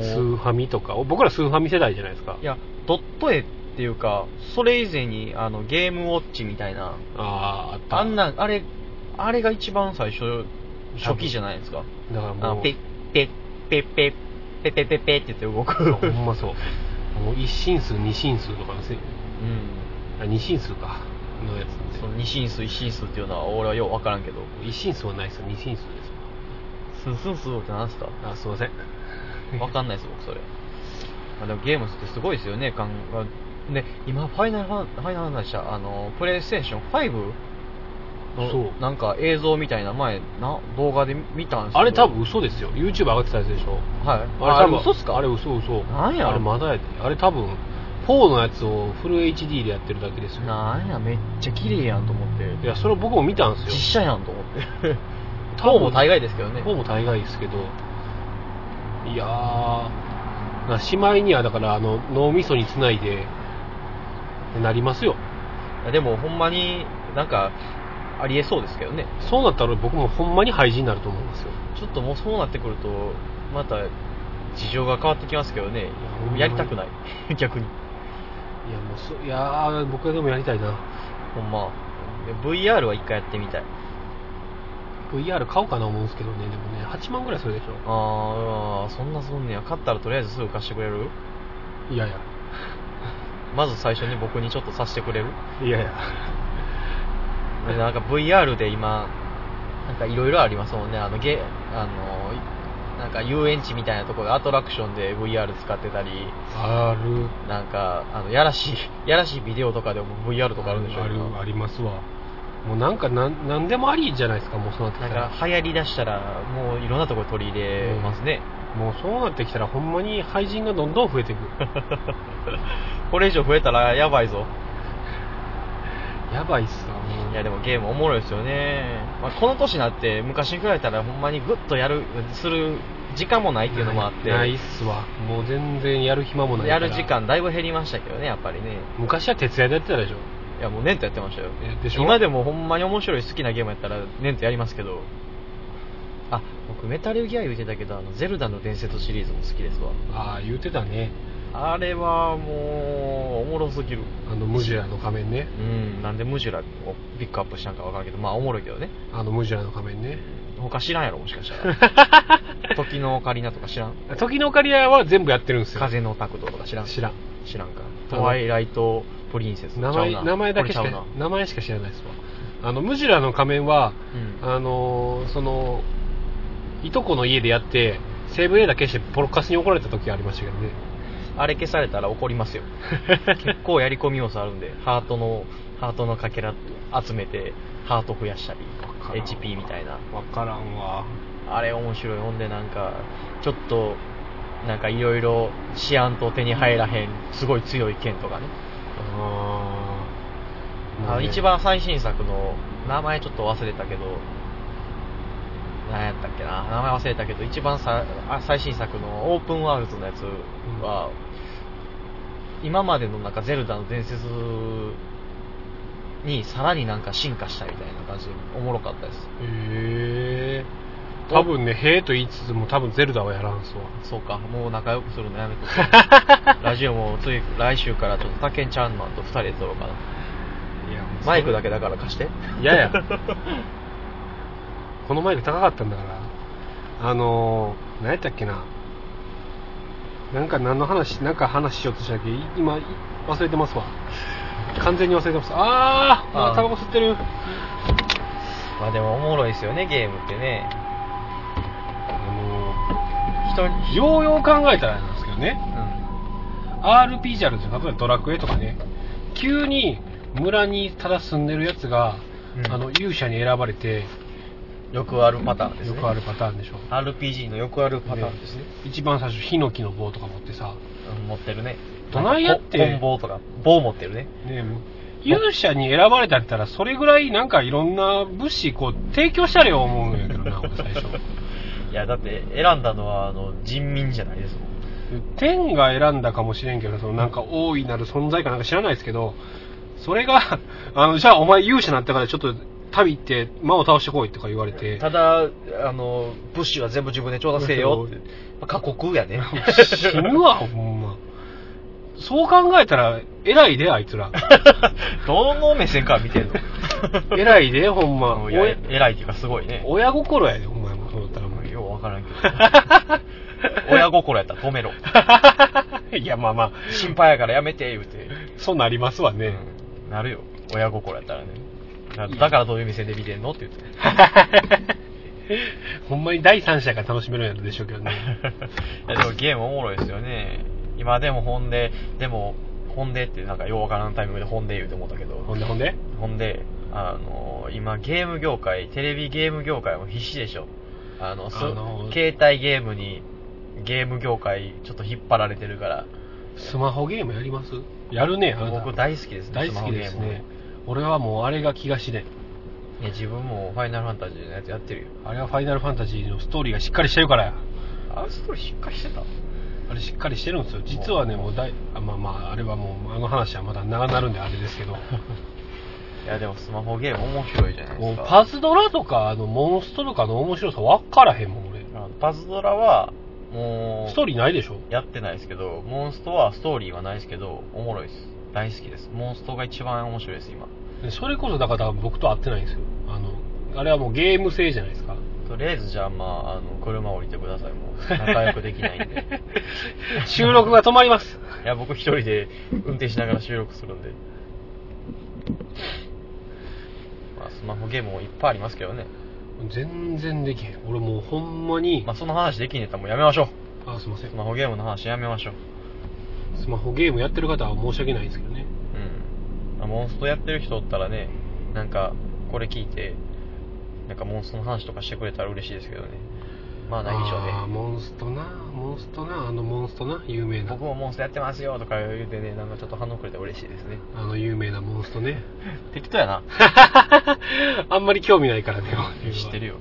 Speaker 1: ス
Speaker 2: も
Speaker 1: ー
Speaker 2: う、
Speaker 1: ファミとか、僕らスーファミ世代じゃないですか
Speaker 2: い。や、ドット絵っていうか、それ以前にあのゲームウォッチみたいな、
Speaker 1: ああー、あった。
Speaker 2: あんな、あれ、あれが一番最初、初期じゃないですか。
Speaker 1: だから
Speaker 2: あ
Speaker 1: も
Speaker 2: の
Speaker 1: う、
Speaker 2: ペッ、ペッ、ペッ、ペッ、ペッ、ペッ、ペッ、ペッって言って動く。
Speaker 1: ほんまそう。もう一進数、二進数とかですね。
Speaker 2: う
Speaker 1: あ、
Speaker 2: ん。
Speaker 1: 二進数か。のやつです
Speaker 2: その二進数、一進数っていうのは俺はようわからんけど。
Speaker 1: 一進数はないですよ、二進数ですよ。
Speaker 2: スンスンスンって何すか
Speaker 1: あ、すいません。
Speaker 2: わかんないです、僕それ。まあ、でもゲームってすごいですよね、感が。ね、今、ファイナルファン、ファイナルファンでした、あの、プレイステーション5
Speaker 1: そう
Speaker 2: の、なんか映像みたいな前、な、動画で見たんですけど
Speaker 1: あれ多分嘘ですよ。YouTube 上がってたやつでしょ。
Speaker 2: はい。
Speaker 1: あれ多分、
Speaker 2: 嘘っすか
Speaker 1: あれ嘘嘘。
Speaker 2: なんや
Speaker 1: あれまだやで。あれ多分、4のやつをフル HD でやってるだけですよ。
Speaker 2: なんや、めっちゃ綺麗やんと思って。
Speaker 1: いや、それ僕も見たんですよ
Speaker 2: 実。写やんと思って。
Speaker 1: 多
Speaker 2: フ
Speaker 1: 分
Speaker 2: ォーも大概ですけどね。
Speaker 1: 4も大概ですけど。いやー、なしまいにはだから、あの、脳みそにつないで、なりますよ。
Speaker 2: いやでも、ほんまになんか、ありえそうですけどね。
Speaker 1: そうなったら僕もほんまに廃人になると思うんですよ。
Speaker 2: ちょっともうそうなってくると、また、事情が変わってきますけどね
Speaker 1: ほんま。に
Speaker 2: やりたくない。逆に。
Speaker 1: いや、もうそ、いやー、僕はでもやりたいな。
Speaker 2: ほんま。で VR は一回やってみたい。
Speaker 1: VR 買おうかな思うんですけどね、でもね、8万ぐらいするでしょ。
Speaker 2: あー、そんなそんねや。勝ったらとりあえずすぐ貸してくれる
Speaker 1: いやいや。
Speaker 2: まず最初に僕にちょっとさせてくれる
Speaker 1: いやいや。
Speaker 2: でなんか VR で今、なんかいろいろありますもんね。あの、ゲ、あの、なんか遊園地みたいなところでアトラクションで VR 使ってたり、
Speaker 1: ある。
Speaker 2: なんか、あの、やらしい、 <laughs> やらしいビデオとかでも VR とかあるでしょ
Speaker 1: ある、あ
Speaker 2: 今
Speaker 1: りますわ。もうなんかなん、なんでもありじゃないですか、もうそうなってき
Speaker 2: な
Speaker 1: た
Speaker 2: ん
Speaker 1: ら。
Speaker 2: か流行り出したら、もういろんなところ取り入れますね。
Speaker 1: もうそうなってきたら、ほんまに廃人がどんどん増えていく。
Speaker 2: <laughs> これ以上増えたらやばいぞ。
Speaker 1: やばいっすわ、もう。
Speaker 2: いやでもゲームおもろいですよね。まあ、この年になって昔に比べたらほんまにグッとやる、する時間もないっていうのもあって、
Speaker 1: ないないっすわ。もう全然やる暇もないか
Speaker 2: や
Speaker 1: ら。
Speaker 2: る時。間だいぶ減りましたけどね、やっぱりね。
Speaker 1: 昔は徹夜でやってたでしょ。
Speaker 2: いやもうネントやってましたよ。
Speaker 1: えでしょ
Speaker 2: 今でもほんまに面白い好きなゲームやったらネントやりますけど。あ、僕メタルギア言うてたけど、あの、ゼルダの伝説シリーズも好きですわ。
Speaker 1: ああ、言うてたね。
Speaker 2: あれはもう、おもろすぎる。
Speaker 1: あの、ムジュラの仮面ね。
Speaker 2: うん、なんでムジュラをピックアップしたんかわからんけど、まあおもろいけどね。
Speaker 1: あの、ムジュラの仮面ね。
Speaker 2: 他知らんやろ、もしかした <laughs> ら。時のオカリナとか知らん
Speaker 1: 時のオカリアは全部やってるんですよ。
Speaker 2: 風のタクトとか知らん
Speaker 1: 知らん。
Speaker 2: 知らんか。トワイライトプリンセス。
Speaker 1: 名
Speaker 2: ちゃ
Speaker 1: 前、
Speaker 2: うな
Speaker 1: 名前だけし
Speaker 2: これちゃ
Speaker 1: か
Speaker 2: う、
Speaker 1: 名前しか知らないですわ。あの、ムジュラの仮面は、
Speaker 2: な。
Speaker 1: あのーその、いとこの家でやって、セーブ A だけしてボロカスに怒られた時がありましたけどね。
Speaker 2: うん。あれ消されたら怒りま
Speaker 1: <laughs>
Speaker 2: すよ。結構やり込み要素あるんで、ハートの、ハートのかけら集めて、ハート増やしたり
Speaker 1: わから、ん
Speaker 2: HP みたいな。
Speaker 1: わからんわ。
Speaker 2: あれ面白い。ほんでなんか、ちょっと、なんかいろいろ思案と手に入らへん、すごい強い剣とかね。
Speaker 1: あー
Speaker 2: あの一。番最新作の名前ちょっと忘れたけど何やったっけな名前忘れたけど一番さあ最新作のオープンワールドのやつは、今までのなんかゼルダの伝説にさらになんか進化したみたいな感じでおもろかったです
Speaker 1: へえ多分ね、へえと言いつつも多分ゼルダはやらんすわ。
Speaker 2: そうか、もう仲良くするのやめとこ <laughs> うラジオもつい来週からちょっとタケンちゃんマンと二人で撮ろうかな。
Speaker 1: いや
Speaker 2: マイクだけだから貸して。
Speaker 1: いやいやこのマイク高かったんだから。あのー、何やったっけな。なんか何の話、なんか話しようとしたっけい今、い忘れてますわ。完全に忘れてます。あー、あ
Speaker 2: あー
Speaker 1: タバコ吸ってる。
Speaker 2: まあでもおもろいですよね、ゲームってね。
Speaker 1: あ
Speaker 2: 人に、
Speaker 1: のー、ようよう考えたらなんですけどね。
Speaker 2: うん。
Speaker 1: RPG あるんですよ。例えばドラクエとかね。急に村にただ住んでるやつが、
Speaker 2: うん
Speaker 1: あの、勇者に選ばれて、
Speaker 2: よくあるパターンです
Speaker 1: よ
Speaker 2: ね。
Speaker 1: くあるパターンでしょ。
Speaker 2: RPG のよくあるパターンですね。
Speaker 1: 一番最初、ヒノキの棒とか持ってさ、
Speaker 2: うん、持ってるね。
Speaker 1: どないやって
Speaker 2: なんかこ棍棒とか、棒持ってるね。
Speaker 1: ね、勇者に選ばれたったら、それぐらいなんかいろんな物資こう提供したらよ思うんやけどな、俺最 <laughs> 初。
Speaker 2: いや、だって選んだのは、あの、人民じゃないですもん。
Speaker 1: 天が選んだかもしれんけど、そのなんか大いなる存在かなんか知らないですけど、それが、あの、じゃあお前勇者になったからちょっと旅行って魔を倒してこいとか言われて、
Speaker 2: ただ、あの、物資は全部自分で調達せよって。まあ過酷やね。 <laughs>
Speaker 1: 死ぬ <laughs> わ、ほんま。そう考えたら、偉いで、あいつら。
Speaker 2: どの目線から見て <laughs> んの
Speaker 1: 偉 <laughs> いで、ほんま。
Speaker 2: いや
Speaker 1: おや
Speaker 2: 偉いっていうかすごいね。
Speaker 1: 親心やで、お前も。そうだったらもう。
Speaker 2: ようわからんけど。 <laughs> 親心やったら止めろ。
Speaker 1: <laughs> いや、まあまあ、
Speaker 2: 心配やからやめて、言うて。
Speaker 1: そうなりますわね。
Speaker 2: うんなるよ。親心やったらね。なだからどういう目線で見てんのって言って。
Speaker 1: <laughs> ほんまに第三者が楽しめるんやろでしょうけどね。
Speaker 2: <laughs> いやでもゲームおもろいですよね。今でも本で、でも、本でってなんかようわからんタイミングで本で言うて思ったけど、
Speaker 1: ほんでほんで
Speaker 2: 本で、あの、今ゲーム業界、テレビゲーム業界も必死でしょ。あの、そ
Speaker 1: あの
Speaker 2: 携帯ゲームに、ゲーム業界ちょっと引っ張られてるから、
Speaker 1: スマホゲームやりますやるね、あな
Speaker 2: 僕
Speaker 1: た。
Speaker 2: 大好きですね、
Speaker 1: 大
Speaker 2: スマ
Speaker 1: 好
Speaker 2: ホ
Speaker 1: き
Speaker 2: ゲ
Speaker 1: で
Speaker 2: ー
Speaker 1: す
Speaker 2: ム
Speaker 1: ね。俺はもうあれが気がしねん。
Speaker 2: いや、自分もファイナルファンタジーのやつやってるよ。
Speaker 1: あれはファイナルファンタジーのストーリーがしっかりしてるからや。
Speaker 2: あストーリーしっかりしてた
Speaker 1: あれしっかりしてるんですよ。実はね、もうだい、あまあまあ、あれはもう、あの話はまだ長なるんであれです
Speaker 2: <laughs>
Speaker 1: けど。
Speaker 2: いや、でもスマホゲーム面白いじゃない
Speaker 1: も
Speaker 2: で
Speaker 1: う
Speaker 2: すか。
Speaker 1: パズドラとか、あの、モンストとかの面白さ分からへんもん、俺。
Speaker 2: あのパズドラは、もう、
Speaker 1: ストーリーないでしょ
Speaker 2: やってないですけど、モンストはストーリーはないですけど、おもろいです。大好きです。モンストが一番面白いです、今。
Speaker 1: でそれこそ、だから僕と合ってないんですよ。あの、あれはもうゲーム性じゃないですか。
Speaker 2: とりあえず、じゃあ、まあ、あの、車降りてください、もう。仲良くできないんで。
Speaker 1: 収録が止まります。
Speaker 2: いや、僕一人で運転しながら収録するんで。まあ、スマホゲームもいっぱいありますけどね。
Speaker 1: 全然できへん。俺もうほんまに、
Speaker 2: まあ、その話できんねったらもうやめましょ
Speaker 1: あ、すいませ
Speaker 2: う。
Speaker 1: ん
Speaker 2: ス。マホゲームの話やめましょう。
Speaker 1: スマホゲームやってる方は申し訳ないですけどね。
Speaker 2: うんまあ。モンストやってる人おったらね、なんか、これ聞いて、なんかモンストの話とかしてくれたら嬉しいですけどね。まあ、ないでしょうね。
Speaker 1: あーモンストな、モンストな、あのモンストな、有名な
Speaker 2: 僕、もモンスターやってますよとか言うてね、なんかちょっと反応くれて嬉しいですね。
Speaker 1: あの有名なモンスト
Speaker 2: <laughs>
Speaker 1: ね。
Speaker 2: 適当やな。
Speaker 1: あんまり興味ないからね、
Speaker 2: 知ってるよ。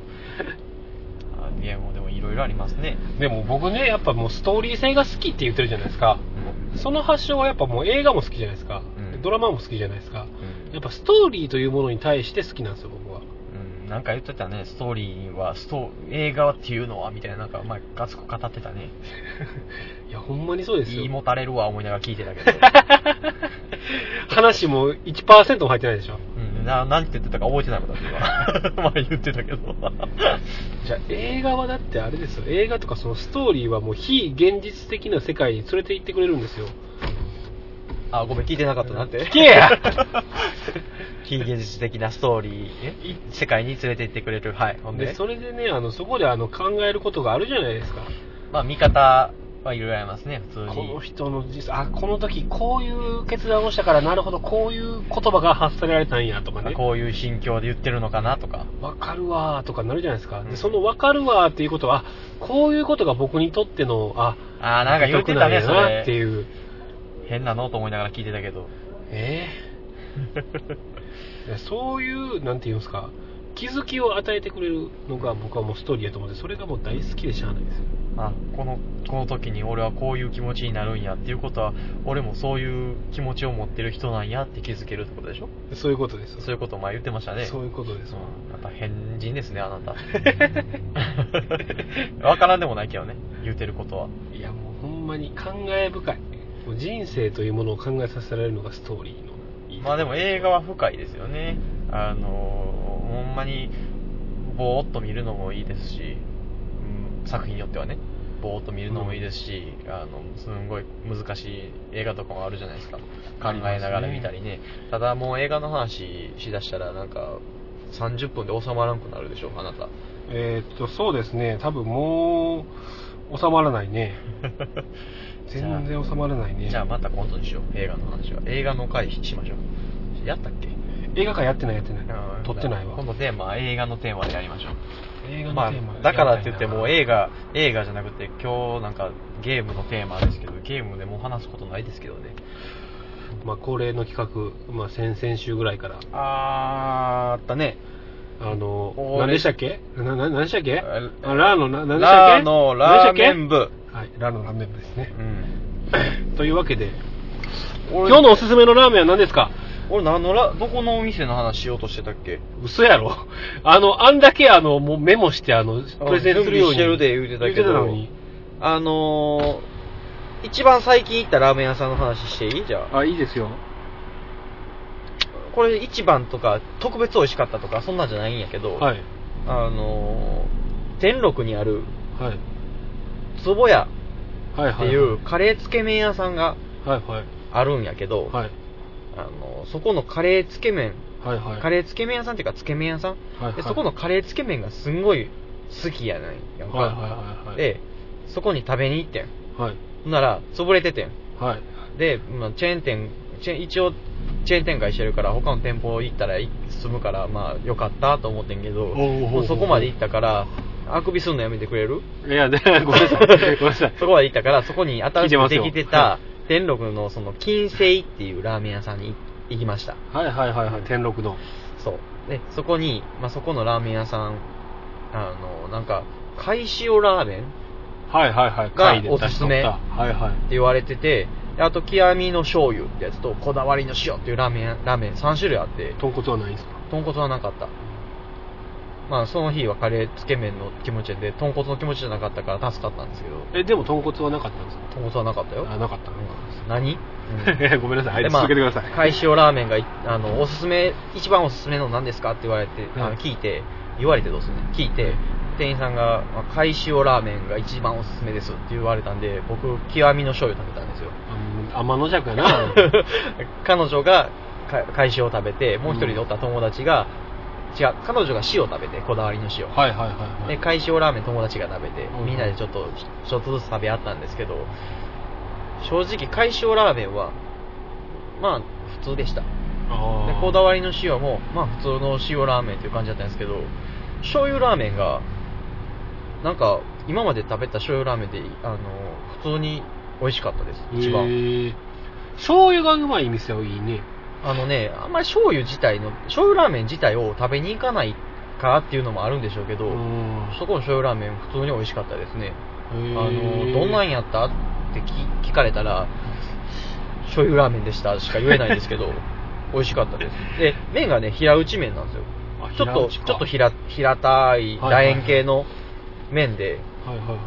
Speaker 2: あいや、もうでもいろいろありますね。
Speaker 1: でも僕ね、やっぱもうストーリー性が好きって言ってるじゃないですか。
Speaker 2: うん
Speaker 1: その発祥はやっぱもう映画も好きじゃないですか。
Speaker 2: うん
Speaker 1: ドラマも好きじゃないですか。やっぱストーリーというものに対して好きなんですよ、僕は。
Speaker 2: うん、なんか言ってたね、ストーリーは、スト映画っていうのは、みたいな、なんか、まあ、ガツコ語ってたね。
Speaker 1: いや、ほんまにそうです
Speaker 2: 言い
Speaker 1: よ。
Speaker 2: もたれるわ、思いながら聞いてたけど。
Speaker 1: 話も1%も入ってないでしょ。
Speaker 2: うん、な、なんて言ってたか覚えてないもんだって今。 <laughs> まあ言ってたけど。
Speaker 1: じゃあ映画はだってあれですよ。映画とかそのストーリーはもう非現実的な世界に連れて行ってくれるんですよ。
Speaker 2: あ、ごめん、聞いてなかったなって。
Speaker 1: 聞け
Speaker 2: <laughs>
Speaker 1: や
Speaker 2: 非現実的なストーリー、え世界に連れて行ってくれる。はい、ほんで。
Speaker 1: で、それでね、あの、そこであの考えることがあるじゃないですか。
Speaker 2: まあ見方はいろいろありますね、普通に。
Speaker 1: この人の実際、あ、この時こういう決断をしたから、なるほど、こういう言葉が発せられたんやとか
Speaker 2: まあ
Speaker 1: ね。
Speaker 2: こういう心境で言ってるのかなとか。
Speaker 1: わかるわーとかなるじゃないですか。
Speaker 2: うん
Speaker 1: で、そのわかるわーっていうことは、あこういうことが僕にとっての、あ、
Speaker 2: ああ、なんか言ってたね、
Speaker 1: 良く
Speaker 2: そ
Speaker 1: ないなって
Speaker 2: れ。
Speaker 1: いう。
Speaker 2: 変なのと思いながら聞いてたけど。
Speaker 1: ええいや <laughs> そういう、なんていうんですか、気づきを与えてくれるのが僕はもうストーリーやと思って、それがもう大好きでしゃあないですよ。
Speaker 2: まあこのこの時に俺はこういう気持ちになるんやっていうことは俺もそういう気持ちを持ってる人なんやって気づけるってことでしょ
Speaker 1: そういうことです。
Speaker 2: そういうことを前言ってましたね
Speaker 1: そういうことです。
Speaker 2: うんやっぱ変人ですねあな
Speaker 1: <laughs>
Speaker 2: たわからんでもないけどね言うてることはい
Speaker 1: や、もうほんまに感慨深い。もう人生というものを考えさせられるのがストーリーのいいところす。
Speaker 2: まあでも映画は深いですよねあのほんまにぼーっと見るのもいいですし、うん、作品によってはねぼーっと見るのもいいですし、あのすんごい難しい映画とかもあるじゃないですか考えながら見たりねただもう映画の話しだしたらなんか30分で収まらんくなるでしょあなた
Speaker 1: えーっと、そうですね。多分もう、収まらない
Speaker 2: <laughs>
Speaker 1: ね。全然収まらないね。
Speaker 2: じゃあまた今度にしよう映画の話は映画の回しましょうやったっけ
Speaker 1: 映画館やってないやってない。撮ってないわ
Speaker 2: 今。度テーマは映画のテーマでやりましょう
Speaker 1: 映画
Speaker 2: ま
Speaker 1: の
Speaker 2: あ
Speaker 1: テーマ、
Speaker 2: だからって言ってもう
Speaker 1: 映
Speaker 2: 映画、映画じゃなくて今日なんかゲームのテーマですけど、ゲームでもう話すことないですけどね。
Speaker 1: 画。まあ、恒例の企画、まあ、先々週ぐらいから。
Speaker 2: あー、あったね。
Speaker 1: あの、
Speaker 2: おー
Speaker 1: 何でしたっけな、な、何でしたっけ
Speaker 2: あ
Speaker 1: あラーの、な、何でしたっけ
Speaker 2: ラーのラーメン
Speaker 1: 部。
Speaker 2: 部。
Speaker 1: はい、ラーのラーメン部です
Speaker 2: <laughs>
Speaker 1: ね。
Speaker 2: うん。
Speaker 1: というわけで、
Speaker 2: 俺
Speaker 1: 今日のおすすめのラーメンは何ですか
Speaker 2: 俺何のラ、どこのお店の話しようとしてたっけ
Speaker 1: 嘘やろ。 <laughs> あの、あんだけあの、もうメモして、あの、プレゼンするように。
Speaker 2: 準備してるで言うてたけど
Speaker 1: 言のに。
Speaker 2: あのー、一番最近行ったラーメン屋さんの話していいじゃあ。
Speaker 1: あ、いいですよ。
Speaker 2: これ一番とか特別美味しかったとかそんなんじゃないんやけど、
Speaker 1: はい。
Speaker 2: あのー、天禄にある
Speaker 1: はい。
Speaker 2: 壺屋
Speaker 1: はいはい。
Speaker 2: っていう。カレーつけ麺屋さんが
Speaker 1: はいはい。
Speaker 2: あるんやけど、
Speaker 1: はい。
Speaker 2: あのそこのカレーつけ麺、
Speaker 1: はいはい。
Speaker 2: カレーつけ麺屋さんっていうかつけ麺屋さん、
Speaker 1: はいはい
Speaker 2: でそこのカレーつけ麺がすんごい好きやないやんか、
Speaker 1: はいはいはいはい。
Speaker 2: でそこに食べに行ってん
Speaker 1: はい。
Speaker 2: ほんなら潰れててん
Speaker 1: はい。
Speaker 2: で、まあ、チェーン店チェーン一応チェーン展開してるから他の店舗行ったらい済むからまあよかったと思ってんけど
Speaker 1: おうおうおうおう
Speaker 2: もうそこまで行ったからあくびすんのやめてくれる
Speaker 1: いや、ね、ごめんなさい。
Speaker 2: <laughs>
Speaker 1: ごめんなさい。
Speaker 2: そこまで行ったから、そこに新しくでき
Speaker 1: 聞いて
Speaker 2: て
Speaker 1: ますよは
Speaker 2: た、天禄のその、金星っていうラーメン屋さんに行きました。
Speaker 1: はいはいはいはい。天禄の。
Speaker 2: そう。で、そこに、まあ、そこのラーメン屋さん、あの、なんか、海塩ラーメンって
Speaker 1: はいはいはい。
Speaker 2: が
Speaker 1: 貝で出しと
Speaker 2: おすす
Speaker 1: っ
Speaker 2: め
Speaker 1: た。はいはい。
Speaker 2: 言われてて、であと、極みの醤油ってやつと、こだわりの塩っていうラーメン、ラーメン3種類あって、
Speaker 1: 豚骨はないんですか
Speaker 2: 豚骨はなかった。まあ、その日はカレーつけ麺の気持ちで、豚骨の気持ちじゃなかったから助かったんですけど、
Speaker 1: え、でも豚骨はなかったんですか
Speaker 2: 豚骨はなかったよ。
Speaker 1: あ、なかった
Speaker 2: 何、うん <laughs>
Speaker 1: ね。ごめんなさい。は
Speaker 2: で
Speaker 1: い、
Speaker 2: まあ
Speaker 1: 続けてください。
Speaker 2: 海塩ラーメンがいあのおすすめ一番おすすめの何ですかって言われて、あ
Speaker 1: うん
Speaker 2: の聞いて言われてどうするね聞いて店員さんが、まあ、海塩ラーメンが一番おすすめですって言われたんで僕極みの醤油食べたんですよ <laughs>
Speaker 1: あ天の弱やな。
Speaker 2: 彼女がか海塩を食べてもう一人でおった友達が、違う彼女が塩を食べてこだわりの塩
Speaker 1: はいはいはいは
Speaker 2: で
Speaker 1: い。
Speaker 2: 海塩ラーメン友達が食べて
Speaker 1: うん
Speaker 2: みんなでちょっとちょっとずつ食べ合ったんですけど正直海塩ラーメンはまあ普通でした
Speaker 1: あ
Speaker 2: で
Speaker 1: ー
Speaker 2: こだわりの塩も、まあ普通の塩ラーメンという感じだったんですけど、醤油ラーメンが、なんか今まで食べた醤油ラーメンで、あの、普通に美味しかったです、一
Speaker 1: へ
Speaker 2: 番。
Speaker 1: ー醤油がうまい店はいいね。
Speaker 2: あのね、あんまり醤油自体の、醤油ラーメン自体を食べに行かないからっていうのもあるんでしょうけど、
Speaker 1: ん
Speaker 2: そこの醤油ラーメン普通に美味しかったですね。
Speaker 1: へ
Speaker 2: あ
Speaker 1: ー
Speaker 2: の、どんなんやったって聞聞かれたら、醤油ラーメンでしたしか言えないんですけど、
Speaker 1: <laughs>
Speaker 2: 美味しかったです。で、麺がね、平打ち麺なんですよ。
Speaker 1: あ
Speaker 2: ちょっ
Speaker 1: 平
Speaker 2: と、
Speaker 1: 打
Speaker 2: ち
Speaker 1: か
Speaker 2: ょっと平、平た
Speaker 1: は
Speaker 2: い
Speaker 1: い
Speaker 2: 楕円形の麺で、
Speaker 1: はいはいはいは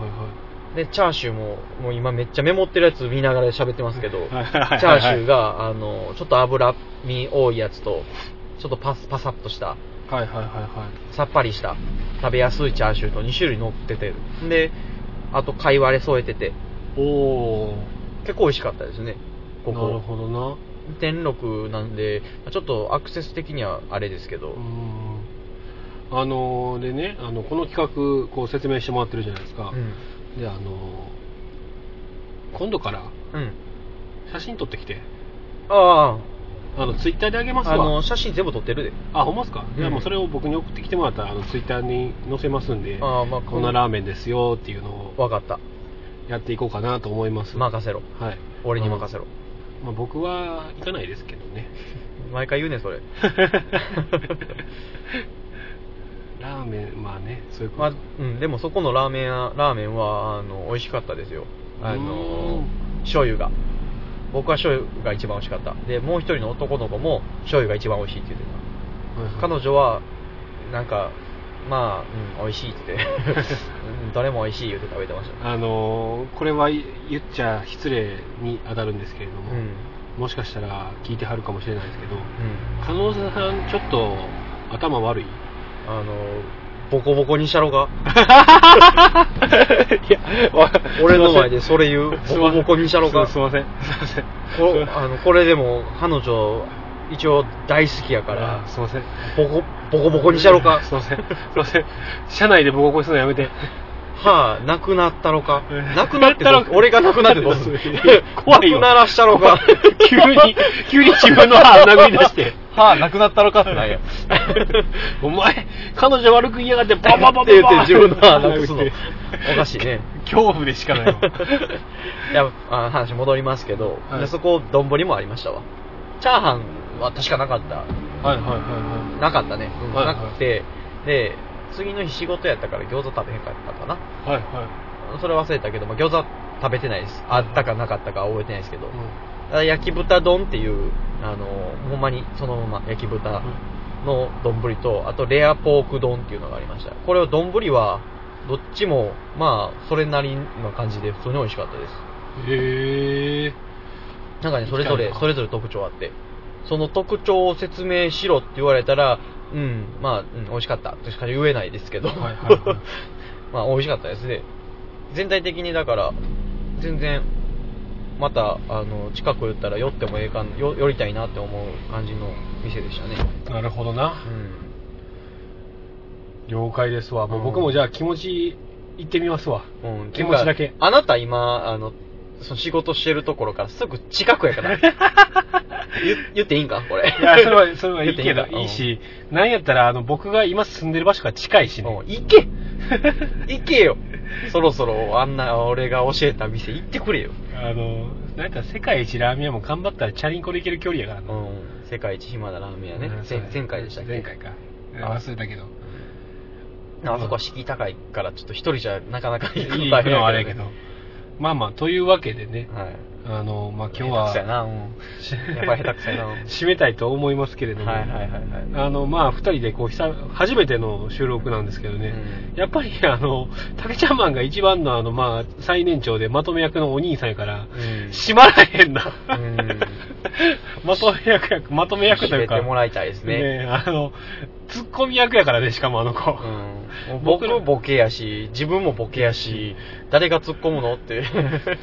Speaker 1: い。
Speaker 2: で、チャーシューも、もう今めっちゃメモってるやつ見ながら喋ってますけど、チ
Speaker 1: はい
Speaker 2: ャ
Speaker 1: はいはい
Speaker 2: ーシューが、あの、ちょっと脂身多いやつと、ちょっとパス、パサッとした、
Speaker 1: はいはいはいは
Speaker 2: さっぱりした、食べやすいチャーシューと2種類乗ってて、で、あと貝割れ添えてて、
Speaker 1: い。おー。
Speaker 2: 結構美味しかったですね、こ
Speaker 1: なる
Speaker 2: こ。
Speaker 1: ほどな。
Speaker 2: 天禄なんで、ちょっとアクセス的にはあれですけど
Speaker 1: う、ん。あのーでね、あの、この企画、こう説明してもらってるじゃないですか。
Speaker 2: うん。
Speaker 1: で、あのー今度から
Speaker 2: うん。
Speaker 1: 写真撮ってきて。
Speaker 2: あ
Speaker 1: あの、ツイッターであげます
Speaker 2: あ、
Speaker 1: わ。
Speaker 2: あの、写真全部撮ってるで。
Speaker 1: あ、ほんまっすか、
Speaker 2: ん
Speaker 1: いや、もうそれを僕に送ってきてもらったら、あの、ツイッターに載せますんで、
Speaker 2: ああ、まあ、
Speaker 1: こんなラーメンですよっていうのを
Speaker 2: わかった。
Speaker 1: やっていこうかなと思います。
Speaker 2: 任せろ。
Speaker 1: はい。
Speaker 2: 俺に任せろ。
Speaker 1: まあ、僕は行かない
Speaker 2: <laughs>
Speaker 1: ですけどね。
Speaker 2: 毎回言うねん、それ。
Speaker 1: ラーメン、まあね、そういうこと。
Speaker 2: まあ、うん、でもそこのラーメン屋、ラーメンは、あの、美味しかったですよ。あ
Speaker 1: う
Speaker 2: の
Speaker 1: ん、
Speaker 2: 醤油が。僕は醤油が一番美味しかった。で、もう一人の男の子も醤油が一番美味しいって言って
Speaker 1: はい
Speaker 2: た。
Speaker 1: はい
Speaker 2: 彼女は、なんか、まあ、うん、美味しいって言って、
Speaker 1: <laughs>
Speaker 2: うんどれも美味しい言って食べてました。
Speaker 1: あのーこれは言っちゃ失礼に当たるんですけれど
Speaker 2: う
Speaker 1: も、
Speaker 2: ん。
Speaker 1: もしかしたら聞いてはるかもしれないですけど、
Speaker 2: うん。
Speaker 1: 加納さん、ちょっと頭悪
Speaker 2: <laughs>
Speaker 1: い
Speaker 2: あの、ボコボコにしたろが。
Speaker 1: いや、わ
Speaker 2: 俺の前でそれ言う。
Speaker 1: す
Speaker 2: ボ
Speaker 1: いません
Speaker 2: コボコにしたろが。
Speaker 1: すいません。すいません。
Speaker 2: こあのこれでも、彼女、一応大好きやから
Speaker 1: あ、すいません。
Speaker 2: ボコ、ボコボコにしたろか。
Speaker 1: すいません。すいま
Speaker 2: <laughs>
Speaker 1: せん。社内でボコボコにするのやめて。
Speaker 2: はあ、なくなったろか
Speaker 1: え。
Speaker 2: なくなってどうす俺 <laughs> がなくなってどうす <laughs> る
Speaker 1: 怖いよ
Speaker 2: なくならしたろか。
Speaker 1: 急に、急に自分の歯殴り出して。
Speaker 2: <laughs> はあ、なくなったろか <laughs> ってなんや。
Speaker 1: お前、彼女悪く言いやがって、
Speaker 2: パ
Speaker 1: パパ
Speaker 2: パパ
Speaker 1: パ
Speaker 2: って言って自分の歯なくすの。 <laughs> おかしいね。
Speaker 1: 恐怖でし
Speaker 2: <laughs>
Speaker 1: かないわ。
Speaker 2: いや、あ話戻りますけど、
Speaker 1: はい
Speaker 2: でそこ、丼もありましたわ。チャーハンは確かなかった。
Speaker 1: はいはいはいは
Speaker 2: なかったね。うん
Speaker 1: はいは
Speaker 2: ないくて、で、次の日仕事やったから餃子食べへんかったかな。
Speaker 1: い。はいは
Speaker 2: それ忘れたけど、まあ、餃子食べてないです。あったかなかったかは覚えてないですけど。
Speaker 1: い。
Speaker 2: ただ焼き豚丼っていう、あの、ほんまにそのまま焼き豚の丼と、あとレアポーク丼っていうのがありました。これを丼は、どっちも、まあ、それなりの感じで普通に美味しかったです。
Speaker 1: へえ。
Speaker 2: なんかね、それぞ
Speaker 1: いい
Speaker 2: れ、
Speaker 1: かな
Speaker 2: それぞれ特徴あって。その特徴を説明しろって言われたら、うん、まあ、うん、美味しかったとしか言えないですけど、
Speaker 1: はいはいはい
Speaker 2: <laughs> まあ、美味しかったですね。全体的にだから、全然、また、あの、近く寄ったら寄ってもええかん、よ寄りたいなって思う感じの店でしたね。
Speaker 1: なるほど
Speaker 2: う
Speaker 1: な。
Speaker 2: ん。
Speaker 1: 了解ですわ。もう僕もじゃあ気持ち、行ってみますわ。
Speaker 2: うん、
Speaker 1: 気持ちだけ
Speaker 2: てかあなた今、あの、その仕事してるところからすぐ近く
Speaker 1: <laughs>
Speaker 2: やから。言言っていいんかこれ。
Speaker 1: いや、それ <laughs> は、それはいいけど、
Speaker 2: 言っていいんだ
Speaker 1: いいし、なんやったら、あの、僕が今住んでる場所が近いしね。
Speaker 2: うん行け <laughs> 行けよそろそろあんな俺が教えた店行ってくれよ。
Speaker 1: あの、なんか世界一ラーメン屋も頑張ったらチャリンコで行ける距離やから
Speaker 2: う
Speaker 1: な。
Speaker 2: ん。世界一暇なラーメン屋ね。
Speaker 1: そう
Speaker 2: 前
Speaker 1: や
Speaker 2: 前回でしたっけ
Speaker 1: 前回か。
Speaker 2: あ
Speaker 1: 忘れたけ
Speaker 2: <laughs>
Speaker 1: ど。
Speaker 2: あそこは敷居高いから、ちょっと一人じゃなかなか行く
Speaker 1: いいの
Speaker 2: の大変やけどね
Speaker 1: はあれやけど。まあまあ、というわけでね、
Speaker 2: はい。
Speaker 1: あの、まあ今日
Speaker 2: 下手くそや
Speaker 1: は、
Speaker 2: な、うん。やっぱり下手くそや <laughs> な。うん
Speaker 1: <laughs> 締めたいと思いますけれども、
Speaker 2: はいはいはいはい。
Speaker 1: あの、まあ二人でこう、久々初めての収録なんですけどね、
Speaker 2: うん
Speaker 1: やっぱりあの、竹ちゃんマンが一番のあの、まあ最年長でまとめ役のお兄さんやから、
Speaker 2: うん
Speaker 1: 閉まらへんな。
Speaker 2: うん。 <laughs>
Speaker 1: まとめ役や、まとめ役と
Speaker 2: 締
Speaker 1: い
Speaker 2: め
Speaker 1: うか。
Speaker 2: てもらいたいですね。
Speaker 1: ねえあの、ツッコミ役やからね、しかもあの子。
Speaker 2: うん、
Speaker 1: 僕
Speaker 2: 僕
Speaker 1: ら
Speaker 2: ボケやし、自分もボケやし、誰が突っ込むの <laughs> って。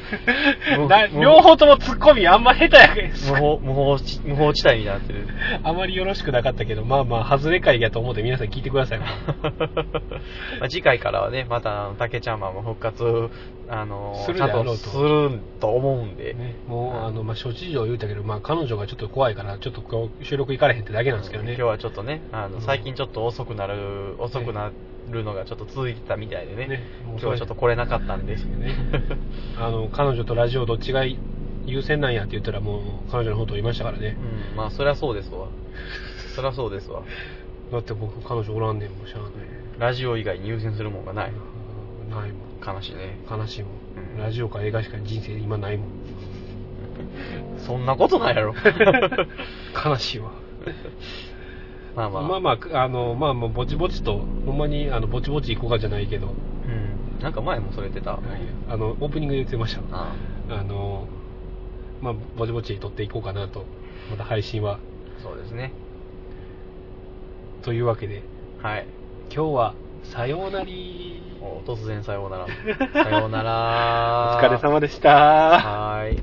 Speaker 1: <laughs>
Speaker 2: もう
Speaker 1: だ
Speaker 2: もう
Speaker 1: 両方ともツッコミあんま下手やけど
Speaker 2: 無法、無法地、無法地帯になってる。
Speaker 1: あまりよろしくなかったけど、まあまあ、外れ会やと思って皆さん聞いてください。
Speaker 2: <laughs> まあ次回からはね、また、あの竹ちゃんマンも復活、あの
Speaker 1: す、るで
Speaker 2: ち
Speaker 1: あ
Speaker 2: ゃ
Speaker 1: ろ
Speaker 2: ん
Speaker 1: うと
Speaker 2: とすると思うんで。
Speaker 1: ね、もう、あの、まあ、諸事情言うたけど、まあ、彼女がちょっと怖いから、ちょっとこう収録行かれへんってだけなんですけどね。
Speaker 2: 今日はちょっとね、あ
Speaker 1: うん
Speaker 2: の、最近ちょっと遅くなる、遅くなるのがちょっと続いてたみたいでね。
Speaker 1: ねもうそ
Speaker 2: 今日
Speaker 1: れ
Speaker 2: はちょっと来れなかったんで。
Speaker 1: ですよ
Speaker 2: <laughs>
Speaker 1: ねあの、彼女とラジオどっちが優先なんやって言ったら、もう、彼女の方と言いましたからね。
Speaker 2: うん、まあ、そりゃそうですわ。そりゃそうですわ。
Speaker 1: だって僕、彼女おらんねんもん、しゃあな
Speaker 2: ラジオ以外に優先するもんがない
Speaker 1: い。。ないもん。
Speaker 2: 悲しいね。
Speaker 1: 悲しいも
Speaker 2: うん
Speaker 1: ん。ラジオか映画しか人生今ないもん。
Speaker 2: そんなことな
Speaker 1: <laughs>
Speaker 2: いやろ。
Speaker 1: 悲しいわ。
Speaker 2: まあまあ。
Speaker 1: まあまあ、あの、まあまあ、ぼちぼちと、ほんまに、あの、ぼちぼち行こうかじゃないけど、
Speaker 2: うん。なんか前もそれ言ってた。
Speaker 1: あの、オープニングで言ってました。
Speaker 2: あ
Speaker 1: あの、まあ、ぼちぼち撮っていこうかなと、また配信は。
Speaker 2: あそうですね。
Speaker 1: というわけで、
Speaker 2: はい。
Speaker 1: 今日は、さようなり。
Speaker 2: もう突然さようなら。さようなら。
Speaker 1: お疲れ様でした。
Speaker 2: はーい。